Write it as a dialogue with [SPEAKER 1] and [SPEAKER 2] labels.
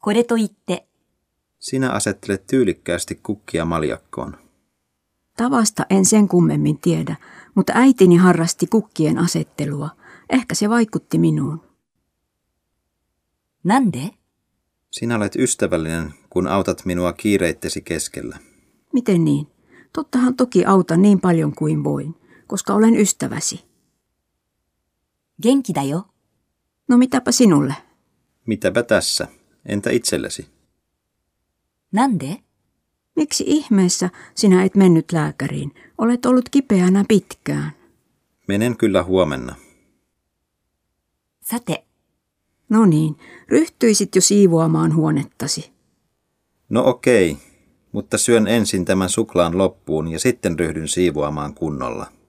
[SPEAKER 1] これといって、
[SPEAKER 2] Sinä asettelet tyylikkäästi kukkia maljakkoon.
[SPEAKER 3] Tavasta en sen kummemmin tiedä, mutta äitini harrasti kukkien asettelua. Ehkä se vaikutti minuun.
[SPEAKER 1] なんで
[SPEAKER 2] Sinä olet ystävällinen, kun autat minua kiireittesi keskellä.
[SPEAKER 3] Miten niin? Tottahan toki autan niin paljon kuin voin, koska olen ystäväsi.
[SPEAKER 1] 元気だよ。
[SPEAKER 3] No mitäpä sinulle?
[SPEAKER 2] Mitäpä tässä? Entä itsellesi?
[SPEAKER 1] なんで
[SPEAKER 3] Miksi ihmeessä sinä et mennyt lääkäriin? Olet ollut kipeänä pitkään.
[SPEAKER 2] Menen kyllä huomenna.
[SPEAKER 1] さて、
[SPEAKER 3] No niin, ryhtyisit jo siivoamaan huonettasi.
[SPEAKER 2] No okei, mutta syön ensin tämän suklaan loppuun ja sitten ryhdyn siivoamaan kunnolla.